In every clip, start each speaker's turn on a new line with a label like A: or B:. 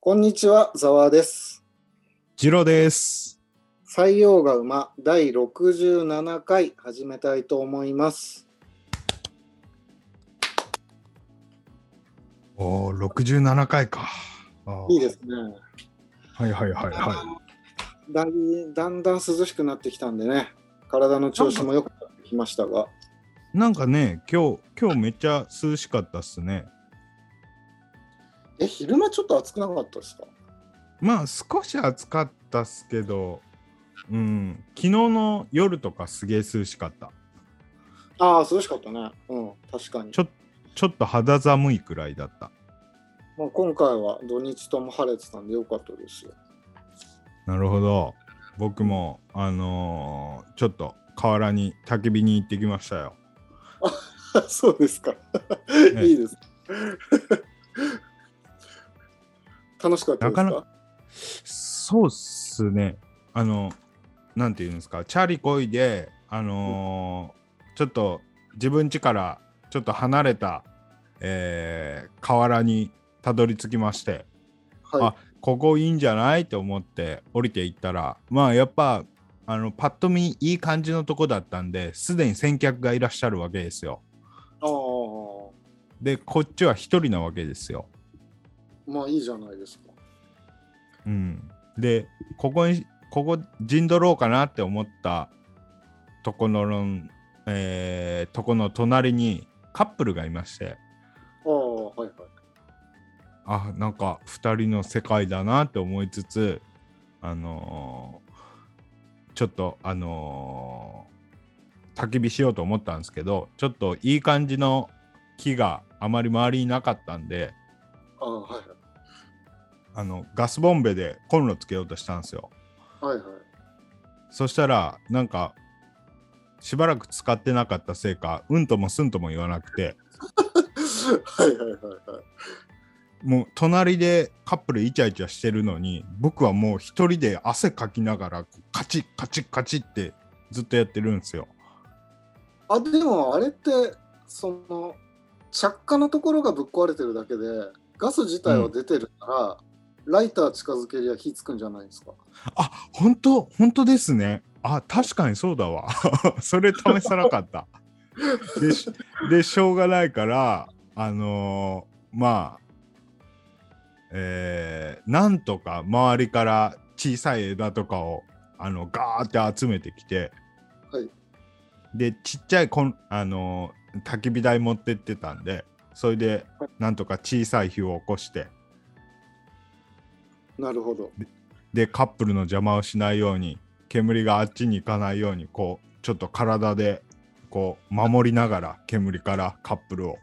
A: こんにちは、ざわです。
B: ジロです。
A: 採用が馬第67回始めたいと思います。
B: おお、67回か。あー
A: いいですね。
B: はいはいはいは
A: だんだんだん涼しくなってきたんでね、体の調子も良くなってきましたが、
B: い。なんかね、今日、今日めっちゃ涼しかったっすね。
A: え、昼間ちょっと暑くなかったですか
B: まあ少し暑かったっすけど、うん、昨日の夜とかすげえ涼しかった。
A: ああ、涼しかったね。うん、確かに
B: ち。ょちょっと肌寒いくらいだった。
A: もう今回は土日とも晴れてたんで良かったですよ。
B: なるほど。僕も、あのーちょっと河原に焚き火に行ってきましたよ。
A: そうですか。
B: ね
A: いいです。楽しかったですか
B: なかそうっすね。あの、なんていうんですか、チャリこいで、あのーちょっと自分家からちょっと離れた、えー河原にたどり着きまして、
A: は
B: ここいいんじゃないと思って降りていったら、まあやっぱ、あのパッと見いい感じのとこだったんですでに先客がいらっしゃるわけですよ。
A: い。ああ。
B: でこっちは一人なわけですよ。
A: まあいいじゃないですか。
B: うん、でここにここ陣取ろうかなって思ったとこのろん、えーとこの隣にカップルがいまして
A: ああ、はいはい。
B: あなんか2人の世界だなって思いつつあのーちょっとあのー焚き火しようと思ったんですけどちょっといい感じの木があまり周りになかったんで
A: ああ、はい
B: あのガスボンベでコンロつけようとしたんですよ。
A: はい。はいはい。
B: そしたらなんかしばらく使ってなかったせいかうんともすんとも言わなくて
A: はいはいはいはい。
B: もう隣でカップルイチャイチャしてるのに僕はもう一人で汗かきながらカチッカチッカチッってずっとやってるんですよ。
A: あ、でもあれって、その、着火のところがぶっ壊れてるだけで、ガス自体は出てるから、ライター近づけりゃ火つくんじゃないですか。
B: あ本当本当ですね。あ確かにそうだわ。 それ試さなかった。でしでしょうがないからあのーまあえーなんとか周りから小さい枝とかをあのガーって集めてきて、
A: はい
B: でちっちゃいこん、あのー焚き火台持ってってたんでそれで
A: はい
B: なんとか小さい火を起こして
A: なる ほど。
B: でカップルの邪魔をしないように煙があっちに行かないようにこうちょっと体でこう守りながら煙からカップルを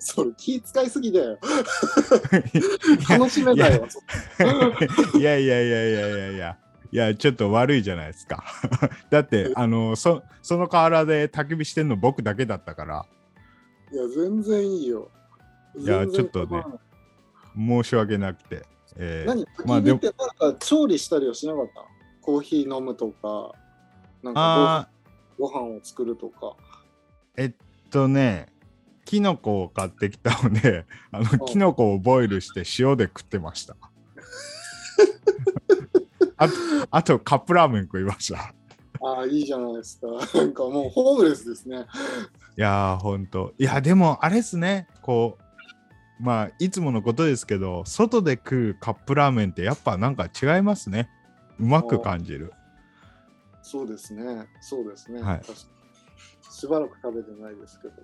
A: それ気使いすぎだよ。
B: いや
A: 楽しめない
B: い
A: わ。
B: いやいやいやいやいやいやいやちょっと悪いじゃないですか だってあのそその河原で焚き火してんの僕だけだったから
A: いや、全然いいよ。
B: いや
A: 全然
B: ちょっとね
A: 構わ
B: 申し訳なくて、えー
A: ない。
B: まあ
A: 何、焚
B: で
A: き火っ
B: も
A: てなんか調理したりはしなかったのコーヒー飲むとか、なん
B: あ
A: かごご飯を作るとか。
B: ーえっとねキノコを買ってきたので あのキノコをボイルして塩で食ってました あとあとカップラーメン食いました
A: ああ、いいじゃないですか。 なんかもうホームレスですね。
B: いやーほんといやでもあれっすねこうまあいつものことですけど外で食うカップラーメンってやっぱなんか違いますねうまく感じる
A: そうですね。そうですね。
B: はい
A: 確かにしばらく食べてないですけど。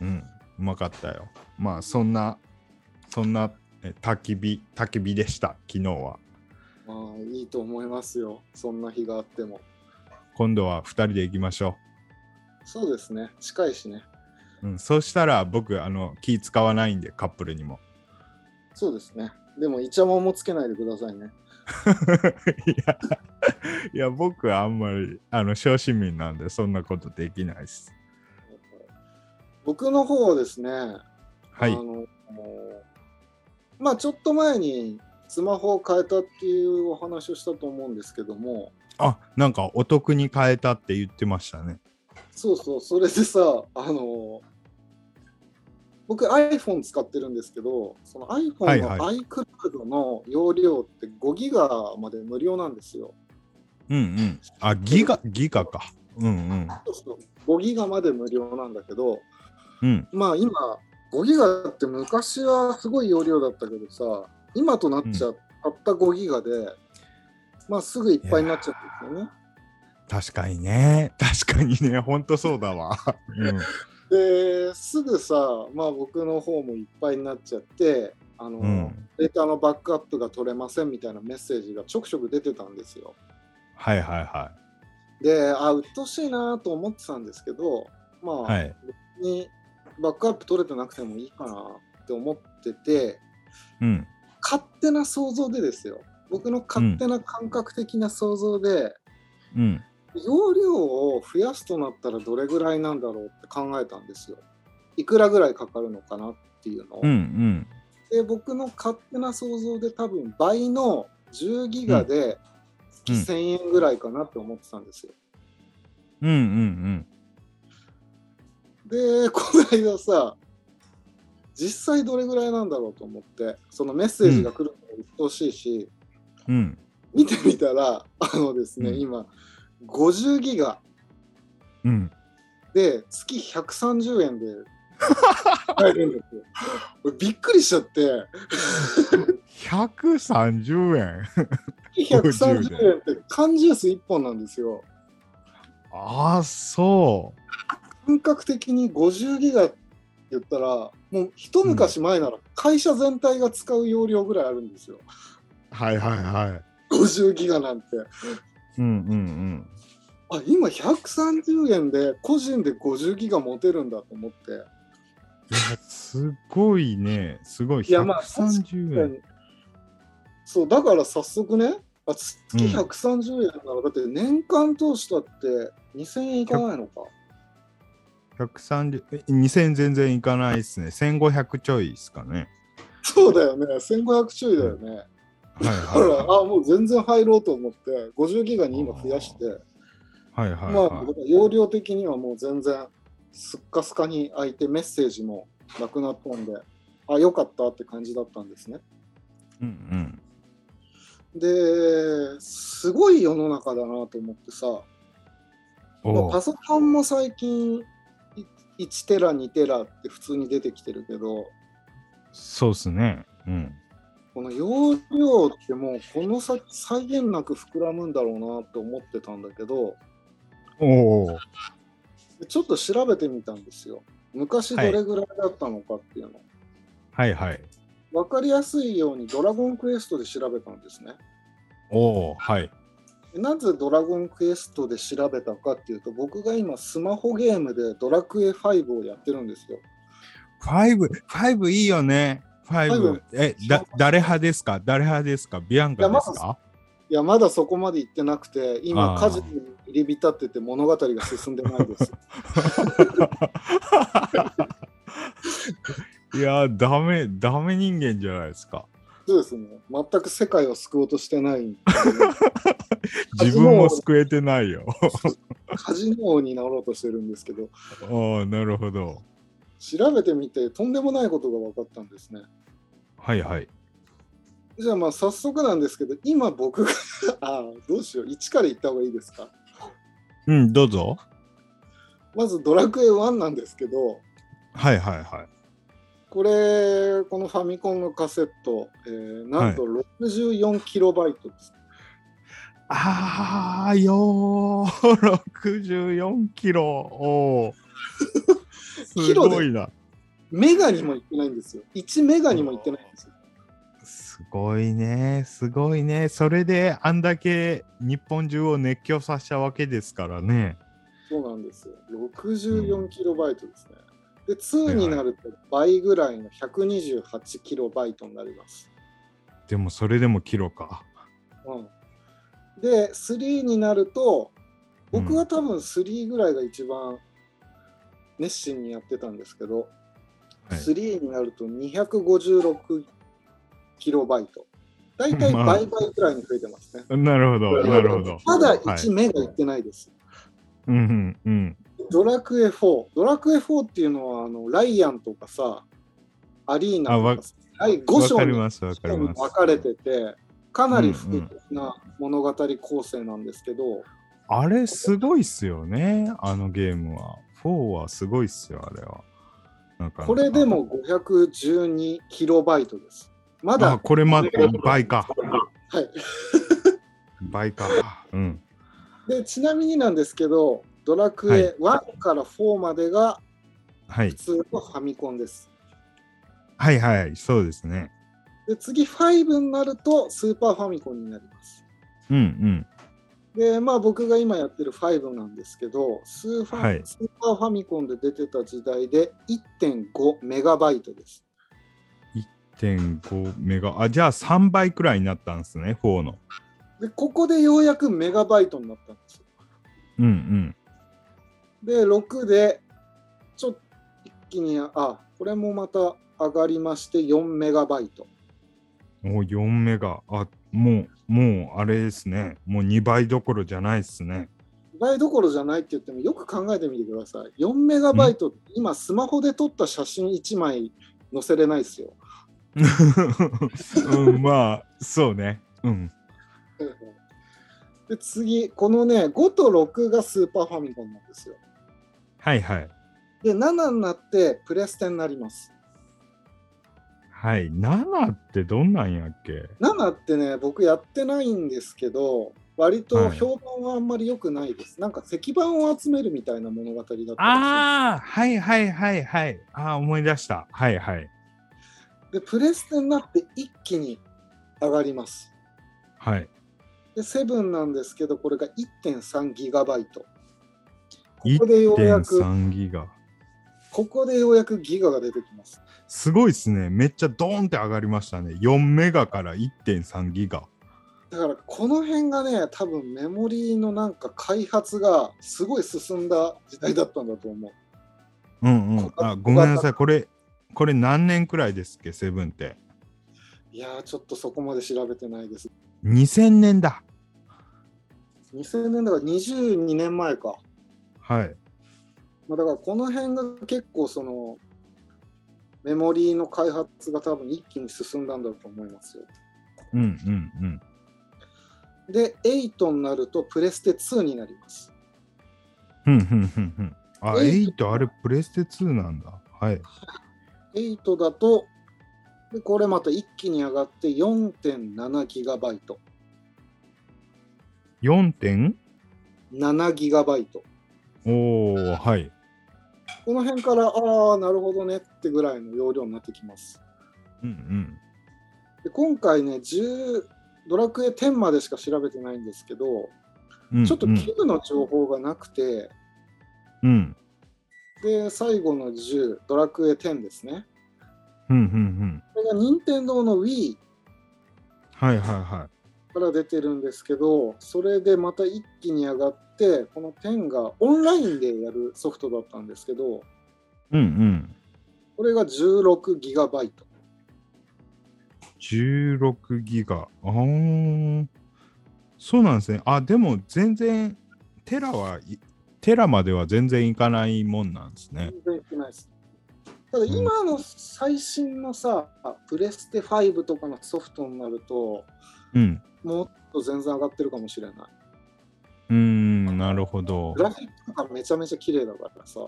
B: うんうまかったよまあそんなそんなえ焚き火焚き火でした昨日は
A: まあ、いいと思いますよ。そんな日があっても。
B: 今度は2人で行きましょ
A: そうですね。近いしね。
B: う、うん、そうしたら僕あの気使わないんでカップルにも
A: そうですね。でも、イチャモンもつけないでくださいね。
B: いやいや僕はあんまりあの小市民なんでそんなことできないです
A: 僕の方はですね、
B: は
A: あ
B: い
A: のもうまあ、ちょっと前にスマホを変えたっていうお話をしたと思うんですけども、
B: あなんかお得に変えたって言ってましたね。
A: そうそう、それでさ、あの僕 iPhone 使ってるんですけど、その iPhone の
B: は
A: iCloud の容量って5ギガまで無料なんですよ。
B: うんうん。あ、ギガ、ギガか。うんうん。
A: そうそう5ギガまで無料なんだけど、
B: うん。
A: まあ今、5ギガって昔はすごい容量だったけどさ、今となっちゃたった5ギガで、まあすぐいっぱいになっちゃうんですよね。
B: 確かにね。確かにね。ほんとそうだわ。うん。
A: ですぐさ、まあ、僕の方もいっぱいになっちゃってあの、
B: うん
A: データのバックアップが取れませんみたいなメッセージがちょくちょく出てたんですよ。
B: はいはいは
A: であうっとうしいなと思ってたんですけどまあ、
B: い。はい。
A: 別にバックアップ取れてなくてもいいかなって思ってて
B: うん。
A: 勝手な想像でですよ僕の勝手な感覚的な想像で、
B: うん。
A: 容量を増やすとなったらどれぐらいなんだろうって考えたんですよ。いくらぐらいかかるのかなっていうのを。
B: うんうん。
A: で僕の勝手な想像で多分倍の10ギガで月
B: うん
A: 1000円ぐらいかなって思ってたんですよ。
B: うんうん
A: で この間さ実際どれぐらいなんだろうと思ってそのメッセージが来るのも鬱陶しいし、
B: うん。うん。
A: 見てみたら あのですね、
B: うん
A: 今50ギガ
B: うん。
A: で月130円で買えるん ですよ。俺びっくりしちゃって。
B: 130円。
A: 130円って缶ジュース1本なんですよ。
B: ああ、そ
A: 感覚的に50ギガって言ったらもう一昔前なら会社全体が使う容量ぐらいあるんですよ
B: う。はいはいはい。
A: 50ギガなんて
B: うんうんうん。
A: あ今130円で個人で50ギガ持てるんだと思って、
B: いや、すごいね。すごい。
A: いやまあ
B: 130円。
A: そうだから早速ねあ月
B: うん
A: 130円ならだって年間通したって2000円いかないのか
B: 130え2000全然いかないですね。1500ちょいですかね。
A: そうだよね1500注意だよね、
B: はい
A: だから
B: は
A: あもう全然入ろうと思って50ギガに今増やして
B: い。はいはい
A: まあ、
B: はい。
A: 容量的にはもう全然すっかすかに空いてメッセージもなくなったんであよかったって感じだったんですね
B: うん
A: ですごい世の中だなと思ってさ、
B: うん。
A: まあ
B: お
A: パ
B: う
A: ソコンも最近い1テラ2テラって普通に出てきてるけど
B: そうっすね。うん。
A: この容量ってもうこの先際限なく膨らむんだろうなと思ってたんだけど
B: おお。
A: でちょっと調べてみたんですよ昔どれぐらいだったのかっていうの、
B: はいはい。
A: わかりやすいようにドラゴンクエストで調べたんですね。
B: おお。はい。
A: なぜドラゴンクエストで調べたかっていうと、僕が今スマホゲームでドラクエ5をやってるんですよ。
B: ファイブ、ファイブいいよね。ファイ
A: ファイ
B: ブ。え、だ、誰派ですか誰派ですかビアンカですか
A: いや、まだそこまで行ってなくて、今
B: あー
A: 家事に入り浸ってて物語が進んでない です。
B: いやー、ダメ、ダメ人間じゃないですか。
A: そうですね。全く世界を救おうとしてない。
B: 自分も救えてないよ。
A: カジノ王になろうとしてるんですけど、
B: おおなるほど。
A: 調べてみてとんでもないことが分かったんですね。
B: はいはい。
A: じゃあまあ早速なんですけど、今僕が、あーどうしよう、1から言った方がいいですか
B: うん、どうぞ。
A: まずドラクエ1なんですけど、
B: はいはいはい。
A: これ、このファミコンのカセット、えーなんと 64KB です。
B: あーよー、64キロ。おーす
A: キロで
B: ごいな。
A: メガにもいってないんですよ。1メガにもいってないんですよ。
B: すごいね、すごいね。それであんだけ日本中を熱狂させたわけですからね。
A: そうなんですよ。64KB ですね。で、2になると倍ぐらいの 128KB になります。
B: でもそれでもキロか。
A: うん、で、3になると、僕は多分3ぐらいが一番熱心にやってたんですけど、
B: はい
A: 3になると 256KB。だいたい
B: まあ
A: 倍倍くらいに増えてますね。
B: なるほど、なるほど。
A: まだ
B: はい
A: 1目がいってないです。
B: うんうんうん。
A: ドラクエ4。ドラクエ4っていうのはあのライアンとかさ、アリーナ
B: あわ
A: とか第5
B: わ
A: 章
B: か
A: に
B: りますわかります。
A: 分かれててかなり複雑な物語構成なんですけど、
B: あれすごいっすよね、あのゲームは。4はすごいっすよ、あれは。なかなか
A: これでも512キロバイトです。ま
B: あ、
A: だ
B: これま倍か。
A: はい
B: 倍か。うん。
A: でちなみになんですけどドラク
B: は
A: エ1から4までが
B: はい
A: 普。通のファミコンです。
B: はいはい、そうですね。
A: で次5になるとスーパーファミコンになります。
B: うんうん。
A: でまあ僕が今やってる5なんですけどスーファ、
B: はい
A: スーパーファミコンで出てた時代で1.5メガバイトです。
B: 1.5メガ。あ、じゃあ3倍くらいになったんですね、4の。
A: でここでようやくメガバイトになったんですよ。
B: うんうん。
A: で6でちょっと一気にあこれもまた上がりまして4メガバイト。
B: もう4メガ。あ、もう、もうあれですね。もう2倍どころじゃないっすね。
A: 倍どころじゃないって言ってもよく考えてみてください。4メガバイトって今スマホで撮った写真1枚載せれないですよ。
B: うん、まあ、そうね。うん。
A: で次、このね、5と6がスーパーファミコンなんですよ。
B: はいはい。
A: で、7になってプレステになります。
B: はい。7ってどんなんやっけ
A: 7ってね、僕やってないんですけど、割と
B: はい
A: 評判はあんまり良くないです。なんか石板を集めるみたいな物語だったらしい
B: ああ、はいはいはいはい。ああ、思い出した。はいはい。
A: で、プレステになって一気に上がります。
B: はい。
A: で、7なんですけど、これが1.3ギガバイト。ここでようやく、
B: 1.3ギガ。
A: ここでようやくギガが出てきます。
B: すごいですね。めっちゃドーンって上がりましたね。4メガから1.3ギガ。
A: だからこの辺がね、多分メモリーのなんか開発がすごい進んだ時代だったんだと思う。
B: うんう
A: こ
B: ん。
A: こ
B: あ、ごめんなさい。これ、これ何年くらいですっけ、セブンって。
A: いやー、ちょっとそこまで調べてないです。
B: 2000年だ。
A: 2000年だから22年前か。
B: はい。
A: まあ、だからこの辺が結構そのメモリーの開発が多分一気に進んだんだと思いますよ。
B: うんうんうん。
A: で、8になるとプレステ2になります。
B: ふんふんふんふん。あ、
A: 8
B: 8、あれ、プレステ2なんだ。はい。
A: 8だと、でこれまた一気に上がって4.7ギガバイト。
B: 4点
A: 7ギガバイト。
B: おー、はい。
A: この辺から、ああ、なるほどねってぐらいの容量になってきます。
B: うんうん。
A: で今回ね、10ドラクエ10までしか調べてないんですけど、
B: うんうん
A: ちょっと9の情報がなくて、
B: うん。
A: で、最後の10、ドラクエ10ですね。
B: うんうんうん。
A: これが任天堂の Wii
B: はいはいは
A: から出てるんですけど、それでまた一気に上がって、この10がオンラインでやるソフトだったんですけど、
B: い。うんうん。
A: これが16ギガバイト。
B: 16ギガ。あーそうなんですね。あ、でも全然、テラはい、テラまでは全然いかないもんなんですね。
A: 全然いけないです。ただ今の最新のさ、プレステ5とかのソフトになると、
B: うん。
A: もっと全然上がってるかもしれない。
B: うーん、なるほど
A: グ。ラフィックがめちゃめちゃ綺麗だからさ。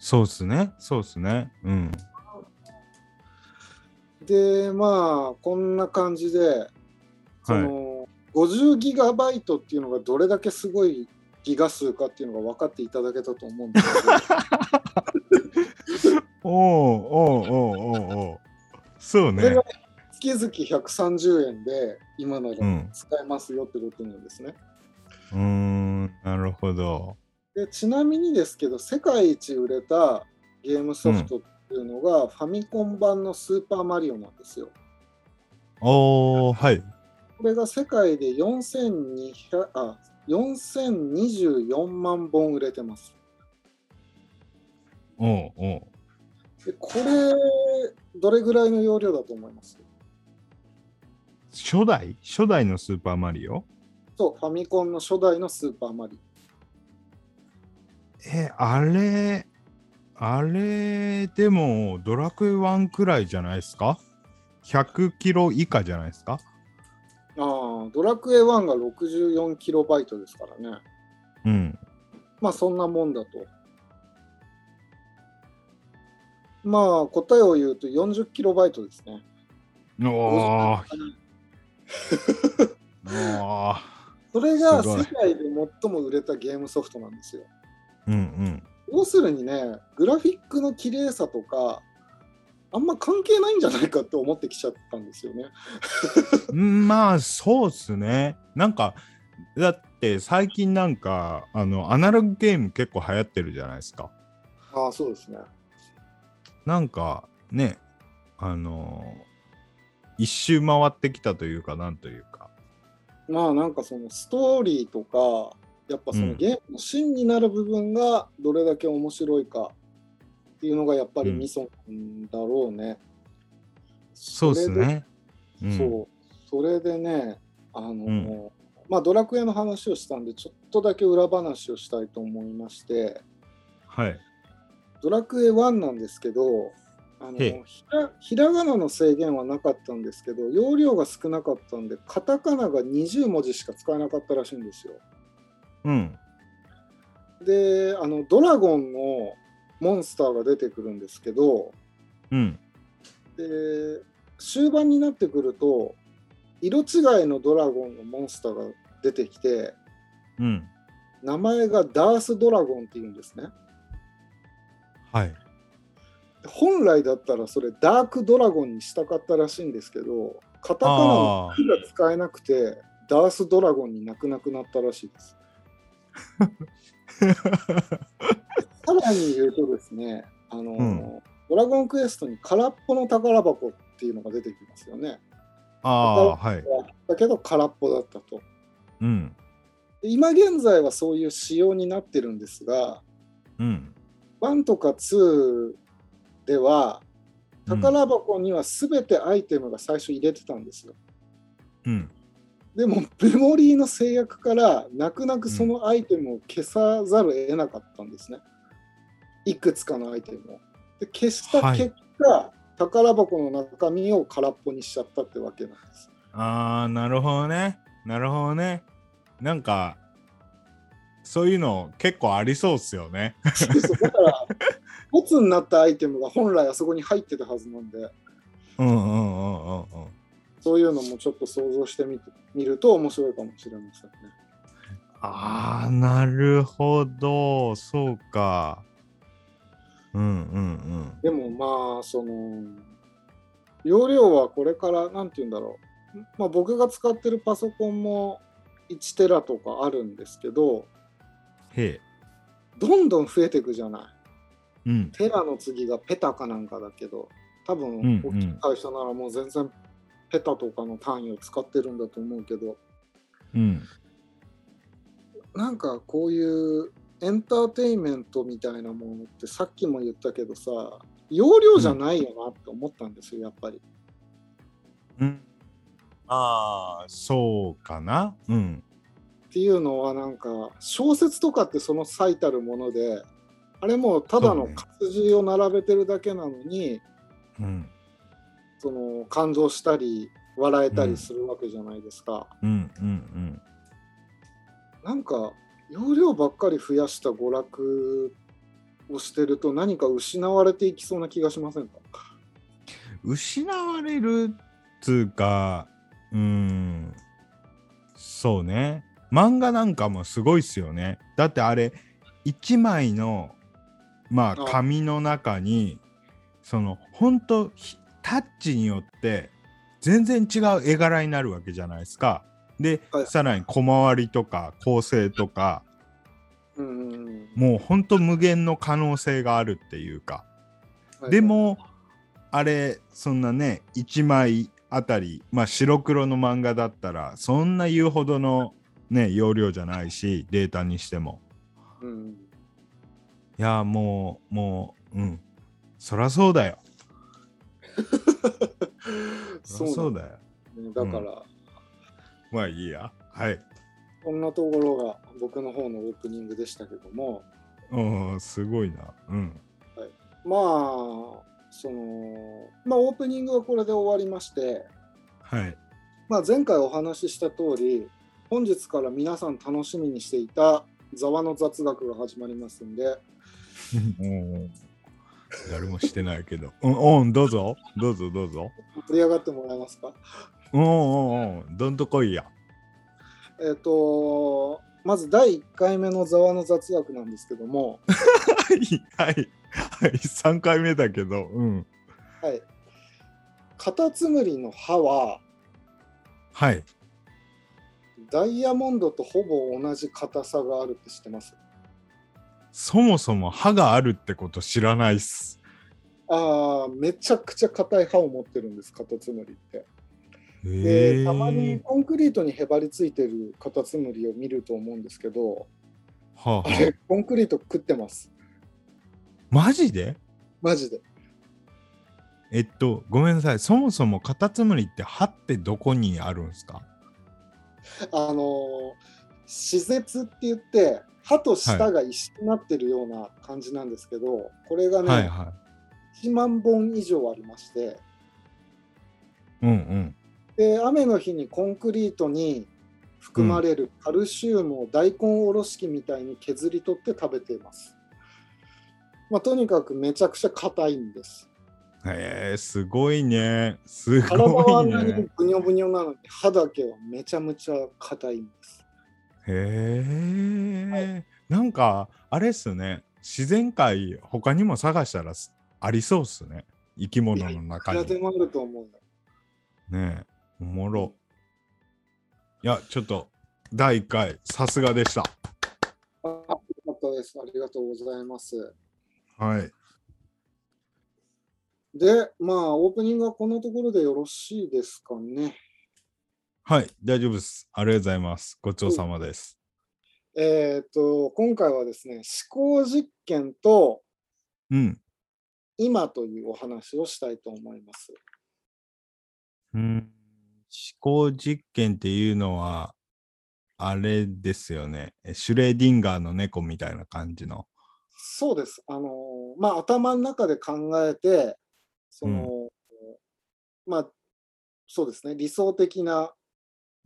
B: そうっすね。そうっすね。うん。
A: で、まあ、こんな感じで、その、50ギガバイトっていうのがどれだけすごいギガ数かっていうのが分かっていただけたと思うんですけど、
B: おーおーおーおーおーそうね。
A: 月々130円で今なら
B: うん
A: 使えますよってことなんですね。
B: うーん、なるほど。
A: でちなみにですけど世界一売れたゲームソフトっていうのが、ファミコン版の「スーパーマリオ」なんですよ。
B: おー、はい。
A: これが世界で4200あ4024万本売れてます。
B: おーおー
A: でこれどれぐらいの容量だと思います
B: 初代初代のスーパーマリオ
A: そうファミコンの初代の「スーパーマリオ
B: え、あれ、あれでもドラクエ1くらいじゃないですか ?100 キロ以下じゃないですか
A: ああ、ドラクエ1が64キロバイトですからね。
B: うん。
A: まあそんなもんだと。まあ答えを言うと40キロバイトですね。
B: おーおー
A: それが
B: すごい
A: 世界で最も売れたゲームソフトなんですよ。
B: うんうん。
A: 要するにね、グラフィックの綺麗さとか、あんま関係ないんじゃないかって思ってきちゃったんですよね。
B: うんまあそうっすねなんかだって最近なんかあのアナログゲーム結構流行ってるじゃないですか
A: ああ、そうですね。
B: なんかねあの一周回ってきたというかなんというか
A: まあなんかそのストーリーとか、やっぱそうの
B: ん
A: ゲームの芯になる部分がどれだけ面白いかっていうのがやっぱりミソンだろうね。
B: そうっすねうん
A: そう、それでね、あの、
B: ん
A: まあ、ドラクエの話をしたんで、ちょっとだけ裏話をしたいと思いまして、
B: はい
A: ドラクエ1なんですけど、あの
B: へえ
A: ひらひらがなの制限はなかったんですけど、容量が少なかったんで、カタカナが20文字しか使えなかったらしいんですよ。
B: うん
A: で、あのドラゴンのモンスターが出てくるんですけど、
B: うん
A: で終盤になってくると、色違いのドラゴンのモンスターが出てきて、
B: うん
A: 名前がダースドラゴンっていうんですね。
B: はい
A: 本来だったらそれダークドラゴンにしたかったらしいんですけど、カタカナの
B: あ
A: 「
B: あ
A: く」が使えなくて、ダースドラゴンになくなくなったらしい です。さらに言うとですね、あの
B: うん
A: ドラゴンクエストに空っぽの宝箱っていうのが出てきますよね。
B: あーはい
A: だけど空っぽだったと。
B: うん
A: で今現在はそういう仕様になってるんですが、
B: うん
A: 1とか2では
B: うん
A: 宝箱には全てアイテムが最初入れてたんですよ。
B: うん
A: でもメモリーの制約から泣く泣くそのアイテムを消さざるを得なかったんですね。いくつかのアイテムを。で消した結果、宝箱の中身を空っぽにしちゃったってわけなんです。
B: ああなるほどねなるほどねなんかそういうの結構ありそうっすよね
A: そうだから、ボツになったアイテムが本来あそこに入ってたはずなんで、
B: うんうんうんうんうん。
A: そういうのもちょっと想像してみてみると面白いかもしれませんね。
B: ああ、なるほど。そうか。うんうん
A: でもまあその容量はこれから何て言うんだろう、まあ、僕が使ってるパソコンも1テラとかあるんですけど
B: うん。へえ。
A: どんどん増えていくじゃな
B: うん
A: い。テラの次がペタかなんかだけど多
B: うん
A: 分大
B: うん
A: きい会社ならもう全然ペタとかの単位を使ってるんだと思うけど
B: うん。
A: なんかこういうエンターテインメントみたいなものってさっきも言ったけどさ容量じゃないよなって思ったんですよやっぱり。
B: うん。ああ、そうかな。うん。
A: っていうのはなんか小説とかってその最たるものであれもうただの活字を並べてるだけなのに
B: うん。
A: その感動したり笑えたりするわけじゃないですか、
B: うんうん
A: なんか容量ばっかり増やした娯楽をしてると何か失われていきそうな気がしませんか
B: うん。失われるっつうか、うん。そうね。漫画なんかもすごいっすよね。だってあれ、1枚の、まあ、
A: あ
B: 紙の中に、その、ほんと、ひタッチによって、全然違う絵柄になるわけじゃないですか。で、
A: はい
B: さらに小回りとか構成とか、
A: うんうんうん
B: もうほんと無限の可能性があるっていうか。
A: はい
B: でもあれそんなね1枚あたりまあ白黒の漫画だったらそんな言うほどのね容量じゃないしデータにしても
A: うん
B: いやもうもううんそらそうだよそ
A: そ
B: らそうう
A: だ,、
B: だよ
A: ね、だから、
B: まあいいやはい
A: こんなところが僕の方のオープニングでしたけども
B: うんすごいなうん
A: はいまあそのまあオープニングはこれで終わりまして、
B: はい。
A: まあ、前回お話しした通り本日から皆さん楽しみにしていた「ざわの雑学」が始まりますんで
B: うん誰もしてないけど。うん、うん、どうぞ。どうぞ、どうぞ。
A: 盛り上がってもらえますか
B: うん、うん、うん。どんとこいや。
A: えっ、とまず第1回目の「ざわの雑学」なんですけども、
B: はい、はい。はい、3回目だけど。うん。
A: はい、カタツムリの歯は
B: はい。
A: ダイヤモンドとほぼ同じ硬さがあるって知ってます
B: そもそも歯があるってこと知らないっす。
A: あーめちゃくちゃ硬い歯を持ってるんですカタツムリって。
B: へ
A: で
B: え。
A: たまにコンクリートにへばりついてるカタツムリを見ると思うんですけど
B: はあは
A: あ
B: あ
A: れコンクリート食ってます
B: マジで
A: マジで
B: えっと、ごめんなさい。そもそもカタツムリって歯ってどこにあるんですか
A: あの施設って言って歯と舌が一緒になってるような感じなんですけど、これがね、
B: はいは
A: 1万本以上ありまして
B: い。うんうん。
A: で雨の日にコンクリートに含まれるカルシウムを大根おろし器みたいに削り取って食べています、まあ、とにかくめちゃくちゃ硬いんです
B: へえ、すごいね。す
A: 体はあ
B: ごい
A: んなに
B: ね。
A: ブニョブニョなのに歯だけはめちゃめちゃ硬いんです。
B: へえ、なんか、あれっすね。自然界、他にも探したらすありそうっすね。生き物の
A: い
B: 中
A: や
B: に。
A: でもあると思うよ。
B: ねえ、おもろ。いや、ちょっと、第1回、さすがでした。
A: あ、よかったです。ありがとうございます。
B: はい。
A: で、まあオープニングはこのところでよろしいですかね。
B: はい、大丈夫です。ありがとうございます。ごちそうさまです。
A: えっ、と今回はですね思考実験と
B: うん。
A: 今というお話をしたいと思います。
B: うん、思考実験っていうのは、あれですよね。えシュレーディンガーの猫みたいな感じの。
A: そうです。あのーまあ頭の中で考えてその、まあそうですね理想的な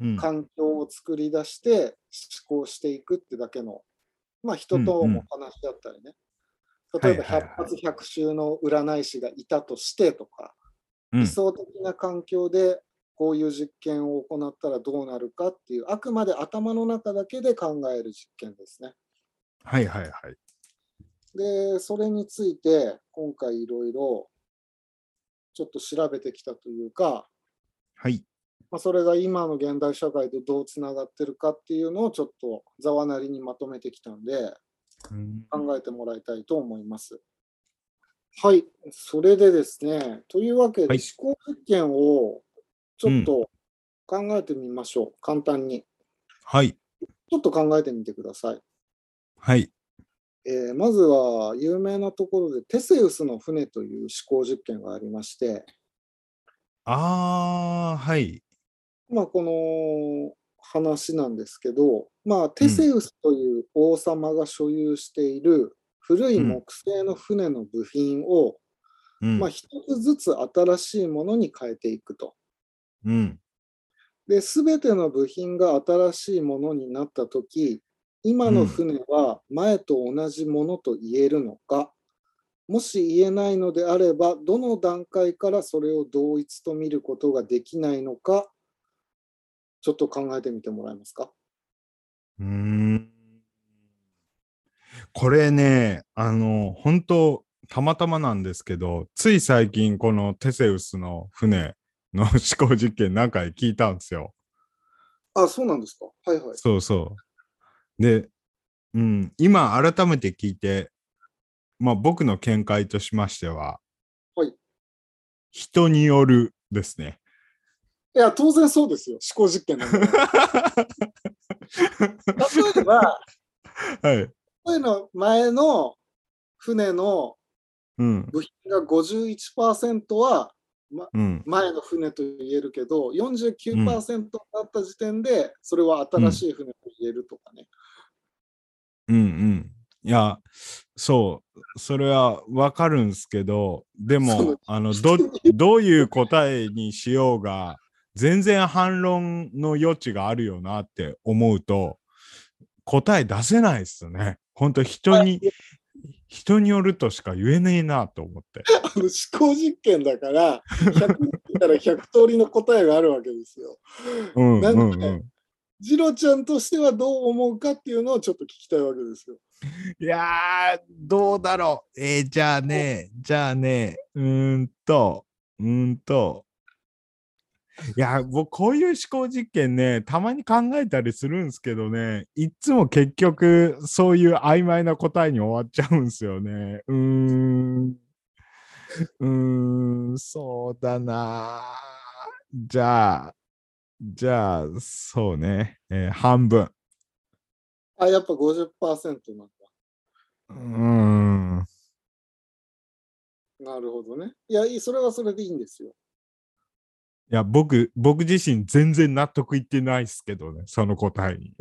B: うん。
A: 環境を作り出して思考していくってだけの、まあ、人とも話し合ったりね、例えば
B: はいはい
A: 百発百中の占い師がいたとしてとか、
B: うん
A: 理想的な環境でこういう実験を行ったらどうなるかっていうあくまで頭の中だけで考える実験ですね。
B: はいはいはい。
A: でそれについて今回いろいろちょっと調べてきたというか、
B: はい。
A: まあ、それが今の現代社会とどうつながってるかっていうのをちょっとざわなりにまとめてきたんで
B: うん
A: 考えてもらいたいと思います。はい、それでですね、というわけで
B: はい
A: 思考実験をちょっと考えてみましょう、簡単に。
B: はい。
A: ちょっと考えてみてください。
B: はい。
A: えーまずは有名なところでテセウスの船という思考実験がありまして、
B: あー、はい。
A: まあ、この話なんですけど、まあ、テセウスという王様が所有している古い木製の船の部品を、
B: うん。
A: まあ、一つずつ新しいものに変えていくと。
B: うん。
A: で、すべての部品が新しいものになったとき、今の船は前と同じものと言えるのか、もし言えないのであれば、どの段階からそれを同一と見ることができないのか、ちょっと考えてみてもらえますか。
B: うーんこれね、あの、本当たまたまなんですけど、つい最近、このテセウスの船の思考実験何回聞いたんですよ。
A: あ、そうなんですか。はいはい。
B: そうそう。で、うん、今改めて聞いて、まあ僕の見解としましては、
A: はい
B: 人によるですね。
A: いや、当然そうですよ。思考実験 なんで。例えば、
B: はい。
A: こういうの前の船の
B: うん。
A: 部品が51%は
B: うん。
A: 前の船と言えるけど、49%になった時点で、それは新しい船と言えるとかね。
B: うんうん。いや、そう、それはわかるんすけど、で
A: そ
B: も
A: う、
B: あの、ど、どういう答えにしようが、全然反論の余地があるよなって思うと、答え出せないっすね。本当人に、人によるとしか言えねえなと 思って。
A: あの思考実験だから、100人いたら100通りの答えがあるわけですよ。
B: うん、う
A: なん
B: ん、
A: か
B: うん。
A: ジロちゃんとしてはどう思うかっていうのをちょっと聞きたいわけですよ。
B: いやー、どうだろう。えーじゃあね、じゃあね、うーんと、うーんと。いやー、僕、こういう思考実験ね、たまに考えたりするんですけどね、いっつも結局、そういう曖昧な答えに終わっちゃうんですよね。うーん。うーん、そうだなー。じゃあ、じゃあ、そうね、えー半分。
A: あ、やっぱ50%なん
B: うーん。
A: だ。なるほどね。いや、いいそれはそれでいいんですよ。
B: いや、僕、僕自身全然納得いってないっすけどね、その答えに。
A: い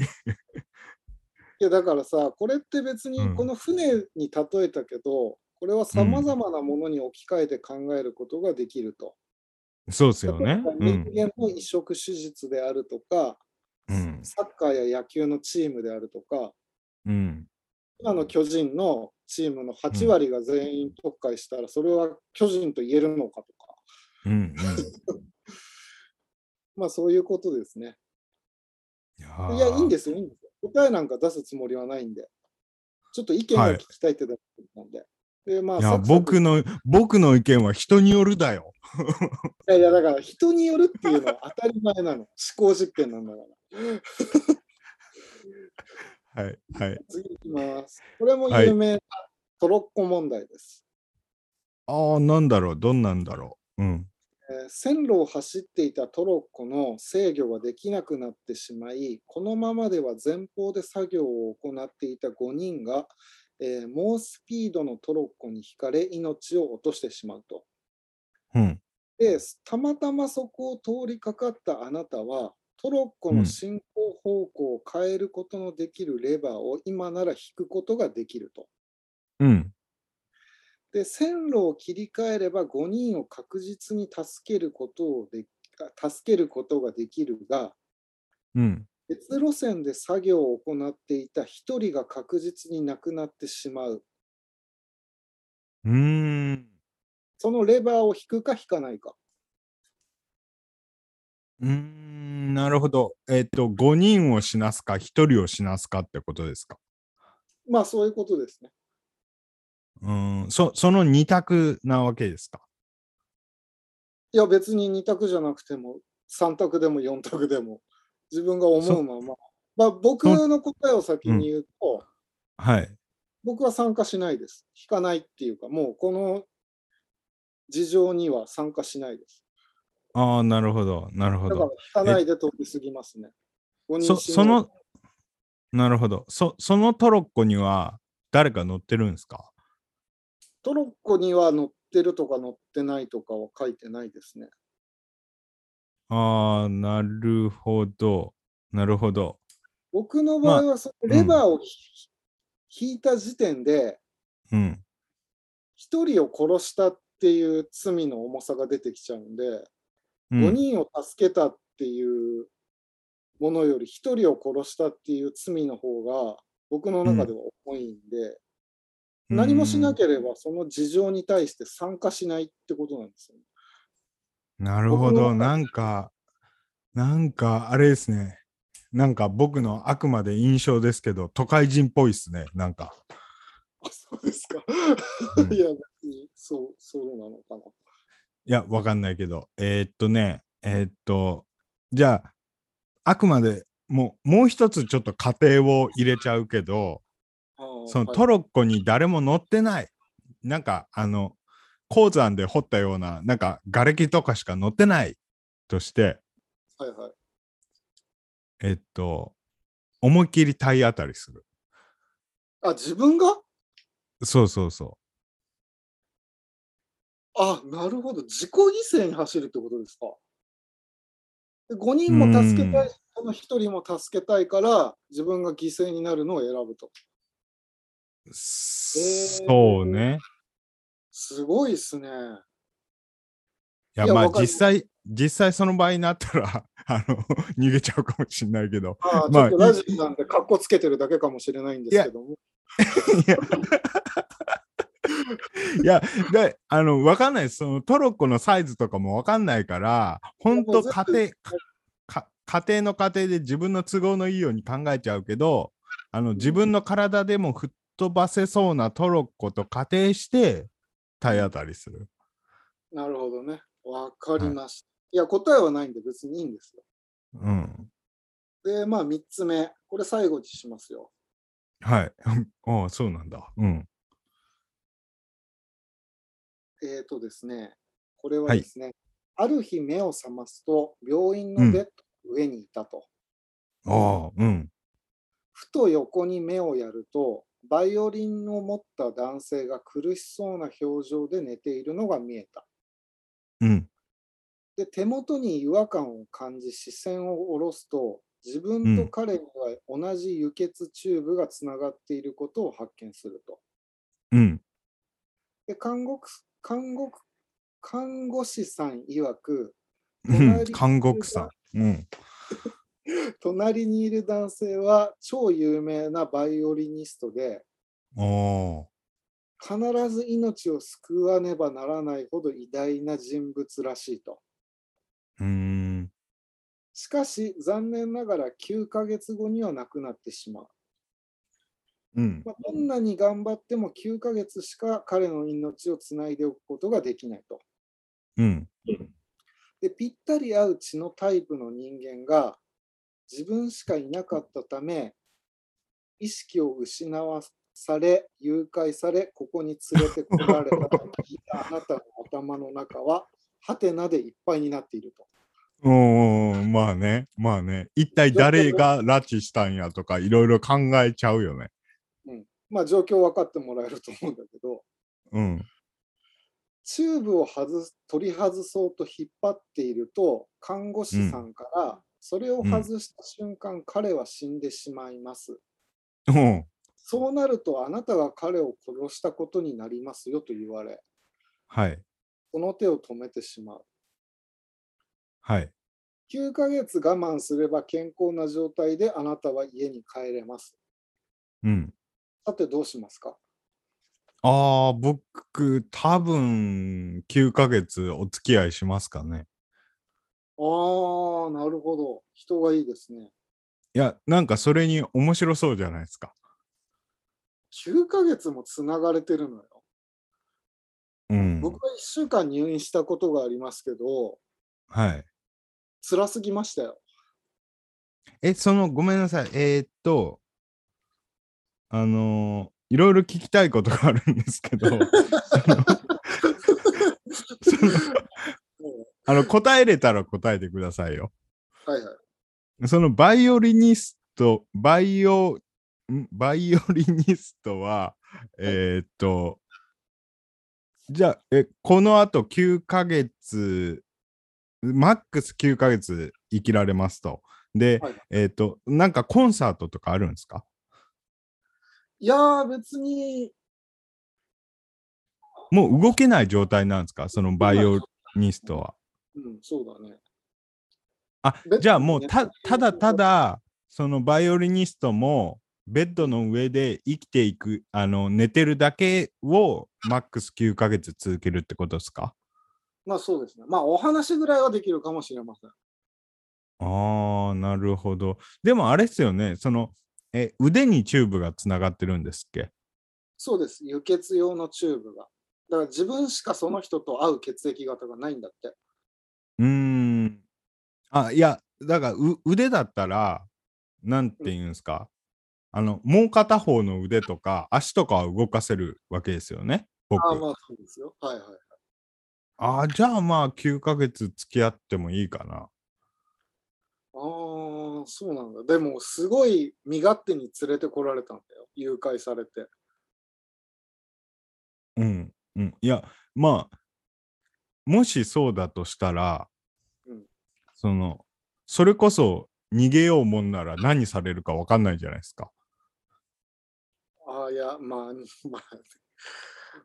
A: や、だからさ、これって別
B: う
A: に
B: ん
A: この船に例えたけど、これはさまざまなものに置き換えて考えることができると。
B: そうっすよね。う
A: 例えば
B: ん。
A: 人間の移植手術であるとか、
B: うん。
A: サッカーや野球のチームであるとか、
B: うん。
A: 今の巨人のチームの8割が全員特会したら、それは巨人と言えるのかとか、
B: うん。うん
A: まあそういうことですね。
B: いや
A: いや、いいん
B: ー
A: ですよ、いいんですよ。答えなんか出すつもりはないんで、ちょっと意見が聞きたいってだけなんで。で、まあ、
B: いや、
A: サクサク
B: 僕の、僕の意見は人によるだよ。
A: いやいや、だから人によるっていうのは当たり前なの。思考実験なんだから。
B: はい。はい。
A: 次いきます。これも有名なトロッコ問題です。
B: ああ、なんだろう、どんなんだろう。うん。
A: えー線路を走っていたトロッコの制御ができなくなってしまい、このままでは前方で作業を行っていた5人が、えー猛スピードのトロッコにひかれ、命を落としてしまうと。
B: うん。
A: で、たまたまそこを通りかかったあなたは、トロッコ
B: う
A: の
B: ん
A: 進行方向を変えることのできるレバーを今なら引くことができると。
B: うん。
A: で、線路を切り替えれば5人を確実に助けることをであ助けることができるが、
B: うん。
A: 別路線で作業を行っていた1人が確実になくなってしまう。
B: うーん。
A: そのレバーを引くか引かないか。
B: うーん。なるほど。えっ、と、5人を死なすか、1人を死なすかってことですか。
A: まあ、そういうことですね。
B: うん。そ、その2択なわけですか。
A: いや別に2択じゃなくても3択でも4択でも自分が思うまま、まあ、僕の答えを先に言うと、
B: はい。
A: 僕は参加しないです引かないっていうかもうこの事情には参加しないです
B: ああ、なるほど、なるほ
A: だから
B: ど。
A: 引かないで通り過ぎますね5人
B: そ
A: 死ぬ
B: その、なるほど。そそのトロッコには誰か乗ってるんですか
A: トロッコには乗ってるとか乗ってないとかは書いてないですね
B: ああ、なるほど、なるほど。
A: 僕の場合はそのレバーをひ、引いた時点で
B: うん。
A: 1人を殺したっていう罪の重さが出てきちゃうんで、
B: う
A: 5
B: ん、
A: 人を助けたっていうものより1人を殺したっていう罪の方が僕の中では重いんで、何もしな
B: ゃ。
A: ければその事情に対して参加しないってことなんですよ、ね。
B: なるほ
A: 僕
B: ど、
A: の
B: なんか、なんか、あれですね。なんか僕のあくまで印象ですけど、都会人っぽいですね、なんか。
A: あそうですか。
B: うん
A: いや、別にそう、そうなのかな。
B: いや、わかんないけど。えーっとね、えーっと、じゃあ、あくまでもう、もう一つちょっと仮定を入れちゃうけど、
A: あー
B: その
A: はい
B: トロッコに誰も乗ってない。なんか、あの、鉱山で掘ったような、なんか、瓦礫とかしか乗ってないとして、
A: はいはい。
B: えっと、思いっきり体当たりする。
A: あ、自分が
B: そうそうそ
A: あ、なるほど。自己犠牲に走るってことですか。で5人も助けた
B: う
A: い、この1人も助けたいから、自分が犠牲になるのを選ぶと。
B: そうね。
A: すごいですね。
B: いや、
A: いや
B: まあ
A: わかる
B: 実際、実際その場合になったら、あの、逃げちゃうかもしれないけど。
A: まあ、ち
B: ま
A: ょ
B: あ
A: っとラジオなんで、かっこつけてるだけかもしれないんですけども。
B: いや、いやであの、わかんないです。そのトロッコのサイズとかもわかんないから、本当家庭、か家庭の家庭で自分の都合のいいように考えちゃうけど、あの、自分の体でも吹っ飛ばせそうなトロッコと仮定して、体当たりする。
A: なるほどね。わかりました。いや、答えはないんで別にいいんですよ。
B: うん。
A: で、まあ、3つ目。これ最後にしますよ。
B: はい。 ああ、そうなんだ。うん。
A: えーとですね、これはですね、ある日目を覚ますと、病院
B: うん
A: のベッドの上にいたと。
B: ああ、うん。
A: ふと横に目をやると、バイオリンを持った男性が苦しそうな表情で寝ているのが見えた。
B: うん。
A: で、手元に違和感を感じ、視線を下ろすと、自分と彼には同じ輸血チューブがつながっていることを発見すると。
B: うん。
A: で看護師看護看護師さん曰く、
B: うん監獄さん。うん。
A: 隣にいる男性は超有名なバイオリニストで、
B: お
A: 必ず命を救わねばならないほど偉大な人物らしいと。
B: ーうーん。
A: しかし、残念ながら9ヶ月後には亡くなってしまう。
B: うん。
A: まあ、どんなに頑張っても9ヶ月しか彼の命をつないでおくことができないと。
B: うん。
A: で、ぴったり合う血のタイプの人間が自分しかいなかったため、意識を失わされ、誘拐され、ここに連れてこられたと 聞いたあなたの頭の中は、ハテナでいっぱいになっていると。
B: おーまあね、まあね。一体誰が拉致したんやとか、いろいろ考えちゃうよね。
A: まあ、状況分かってもらえると思うんだけど、
B: うん。
A: チューブを外す取り外そうと引っ張っていると、看護師さんから、それを外した瞬間、彼は死んでしまいます。
B: うん。
A: そうなると、あなたが彼を殺したことになりますよと言われ、
B: はい。
A: この手を止めてしまう。
B: はい。
A: 9ヶ月我慢すれば健康な状態であなたは家に帰れます。
B: うん。
A: さて、どうしますか
B: ああ、僕、多分、9ヶ月お付き合いしますかね。
A: ああ、なるほど。人がいいですね。
B: いや、なんかそれに面白そうじゃないですか。
A: 9ヶ月もつながれてるのよ。
B: うん。
A: 僕は1週間入院したことがありますけど、
B: はい。
A: 辛すぎましたよ。
B: え、その、ごめんなさい。えーっと、あのーいろいろ聞きたいことがあるんですけど、そのそのあの、答えれたら答えてくださいよ。
A: はいはい。
B: そのバイオリニスト、バイオ、んバイオリニストは、えーっと、じゃあ、え、このあと9ヶ月、マックス9ヶ月生きられますと。で、
A: はい
B: えーっと、なんかコンサートとかあるんですか
A: いやー、別に、
B: もう動けない状態なんですかそのバイオニストは。
A: うん、そうだね。
B: あ
A: ベッド
B: じゃあもう
A: に
B: た
A: ね
B: ただただそのバイオリニストもベッドの上で生きていくあの寝てるだけをマックス9ヶ月続けるってことですか
A: まあそうですね。まあお話ぐらいはできるかもしれません。
B: あーなるほどでもあれですよねそのえ腕にチューブがつながってるんですっけ
A: そうです。輸血用のチューブが。だから自分しかその人と合う血液型がないんだって。
B: うーんあいやだからう腕だったらなんて言うんですか、あのもう片方の腕とか足とかは動かせるわけですよね僕
A: ああ、まあそうですよ。はいはい。
B: ああ、じゃあまあ9ヶ月付き合ってもいいかな。
A: ああ、そうなんだ。でも、すごい身勝手に連れてこられたんだよ。誘拐されて。
B: うん。うん、いや、まあ、もしそうだとしたら、
A: うん
B: その、それこそ逃げようもんなら何されるかわかんないじゃないですか。
A: ああ、ああ、いや、まあ、 まあ、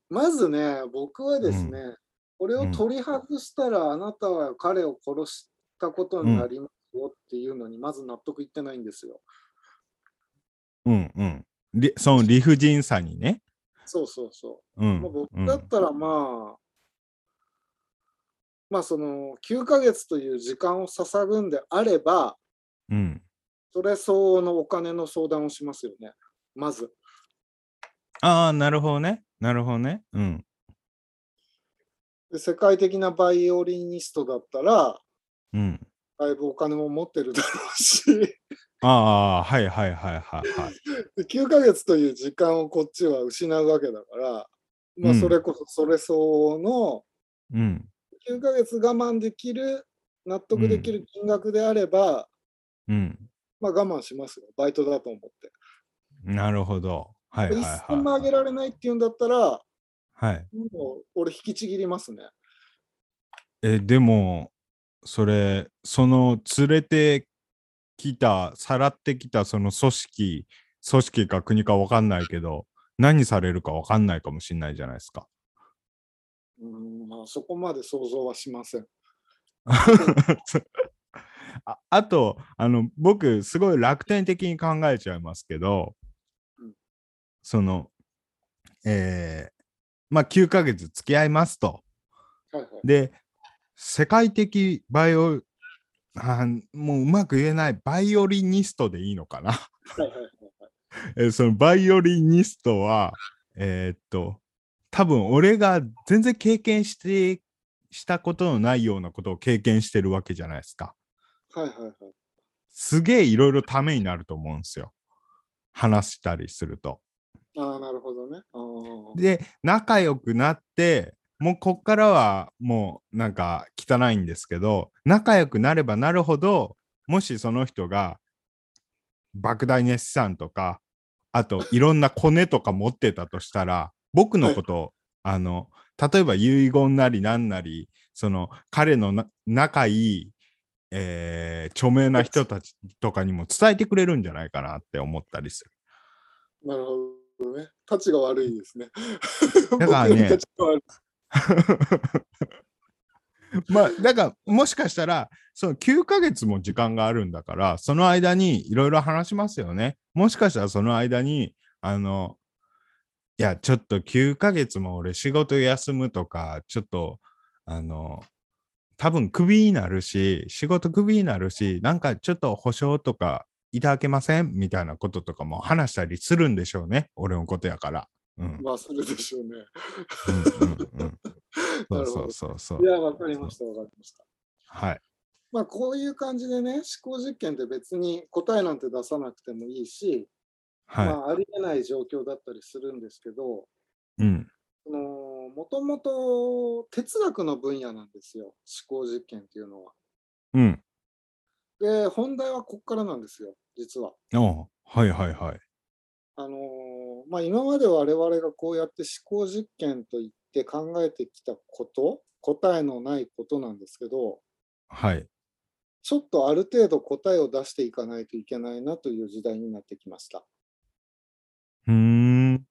A: まずね、僕はですね、これを取り外したら、あなたは彼を殺したことになりますよっていうのに、まず納得いってないんですよ。
B: うんうん。りその理不尽さにね。
A: そうそうそうう。
B: ん
A: まあ、
B: う
A: 僕
B: ん
A: だったら、まあ、まあ、その、9ヶ月という時間を捧ぐんであれば、
B: うん。
A: それ相応のお金の相談をしますよね。まず。
B: ああ、なるほどね。なるほどね。うん。
A: で世界的なバイオリニストだったら、
B: うん。
A: だいぶお金も持ってるだろうし、
B: ああ、はいはいはいはいはい。
A: で9ヶ月という時間をこっちは失うわけだから、まあ、
B: うん
A: それこそそれ相応の
B: うん。
A: 9ヶ月我慢できる、納得できる金額であれば、
B: うん。
A: まあ我慢しますよ、バイトだと思って。
B: なるほど。はいはい
A: 一
B: は
A: 銭もあげ
B: い。
A: られないっていうんだったら、
B: はい、
A: もう俺引きちぎりますね。
B: え、でも、それ、その連れてきた、さらってきたその組織、組織か国かわかんないけど、何されるかわかんないかもしれないじゃないですか。
A: うんまあ、そこまで想像はしません。
B: ああとあの僕すごい楽天的に考えちゃいますけど、
A: うん
B: そのえーまあ9ヶ月付き合いますと
A: はいはい、
B: で世界的バイオあーもううまく言えないバイオリニストでいいのかな、
A: はいはいはいはい
B: えーそのバイオリニストはえーっと多分俺が全然経験してしたことのないようなことを経験してるわけじゃないですか。
A: はいはいはい。
B: すげえいろいろためになると思うんですよ。話したりすると。
A: ああ、なるほどね。あー
B: で、仲良くなって、もうこっからはもうなんか汚いんですけど、仲良くなればなるほど、もしその人が莫大な資産とか、あといろんなコネとか持ってたとしたら、僕のことを、あの、例えば遺言なりなんなり、その彼のな仲いい、えー著名な人たちとかにも伝えてくれるんじゃないかなって思ったりする。
A: なるほどね。たちが悪いですね。
B: だからね
A: 僕よりたちが悪い
B: まあだからもしかしたらその9ヶ月も時間があるんだからその間にいろいろ話しますよね。もしかしたらその間にあのいやちょっと9ヶ月も俺仕事休むとかちょっとあの多分クビになるし仕事クビになるしなんかちょっと保証とかいただけませんみたいなこととかも話したりするんでしょうね俺のことやから。うん
A: まあ、するでしょうね。
B: うんうんう
A: なるほ
B: ん、
A: ど
B: そうそうそうそう
A: い。や、わかりました、わかりました。
B: はい。
A: まあ、こういう感じでね、思考実験って別に答えなんて出さなくてもいいし、
B: はい。
A: まあ、ありえない状況だったりするんですけど、
B: うん。
A: もともと哲学の分野なんですよ、思考実験っていうのは。
B: うん。
A: で、本題はここからなんですよ、実は。
B: おはいはいはい。
A: あのーまあ、今まで我々がこうやって思考実験と言って考えてきたこと答えのないことなんですけど
B: はい。
A: ちょっとある程度答えを出していかないといけないなという時代になってきました。
B: うーん。